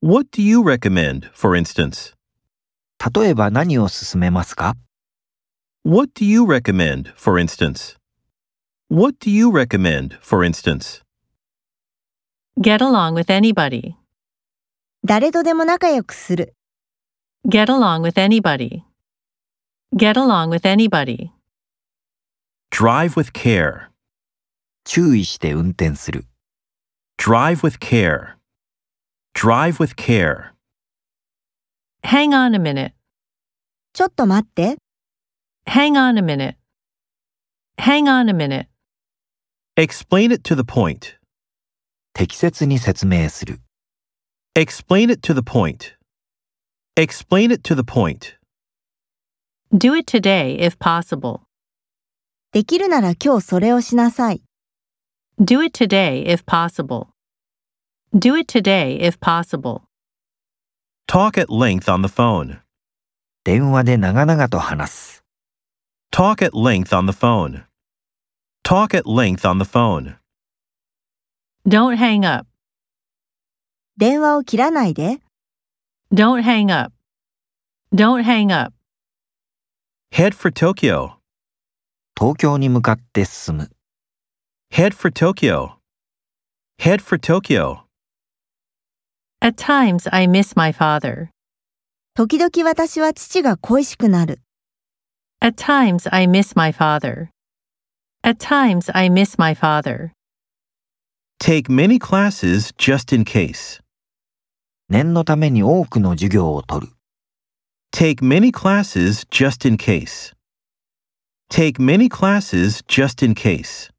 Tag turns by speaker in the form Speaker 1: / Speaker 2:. Speaker 1: What do you recommend, for instance?
Speaker 2: 例えば何を勧めますか
Speaker 1: What do you recommend, for instance? What do you recommend, for instance?
Speaker 3: Get along with anybody.
Speaker 4: 誰とでも仲良くする。
Speaker 3: Get along with anybody. Get along with anybody.
Speaker 1: Drive with care.
Speaker 2: 注意して運転する。
Speaker 1: Drive with care. Drive with care.
Speaker 3: Hang on a minute.
Speaker 4: ちょっと待って。
Speaker 3: Hang on a minute. Hang on a minute.
Speaker 1: Explain it to the point.
Speaker 2: 適切に説明する。
Speaker 1: Explain it to the point. Explain it to the point.
Speaker 3: Do it today if possible.
Speaker 4: できるなら今日それをしなさい。
Speaker 3: Do it today if possible. Do it today if possible.
Speaker 1: Talk at length on the phone.
Speaker 2: 電話で長々と話す。
Speaker 1: Talk at length on the phone. Talk at length on the phone.
Speaker 3: Don't hang up.
Speaker 4: 電話を切らないで。
Speaker 3: Don't hang up. Don't hang up.
Speaker 1: Head for Tokyo.
Speaker 2: 東京に向かって進む。
Speaker 1: Head for Tokyo. Head for Tokyo.
Speaker 3: At times I miss my father.
Speaker 4: 時々私は父が恋しくなる。
Speaker 3: At times I miss my father. At times I miss my father.
Speaker 1: Take many classes just in case.
Speaker 2: 念のために多くの授業を取る。
Speaker 1: Take many classes just in case. Take many classes just in case.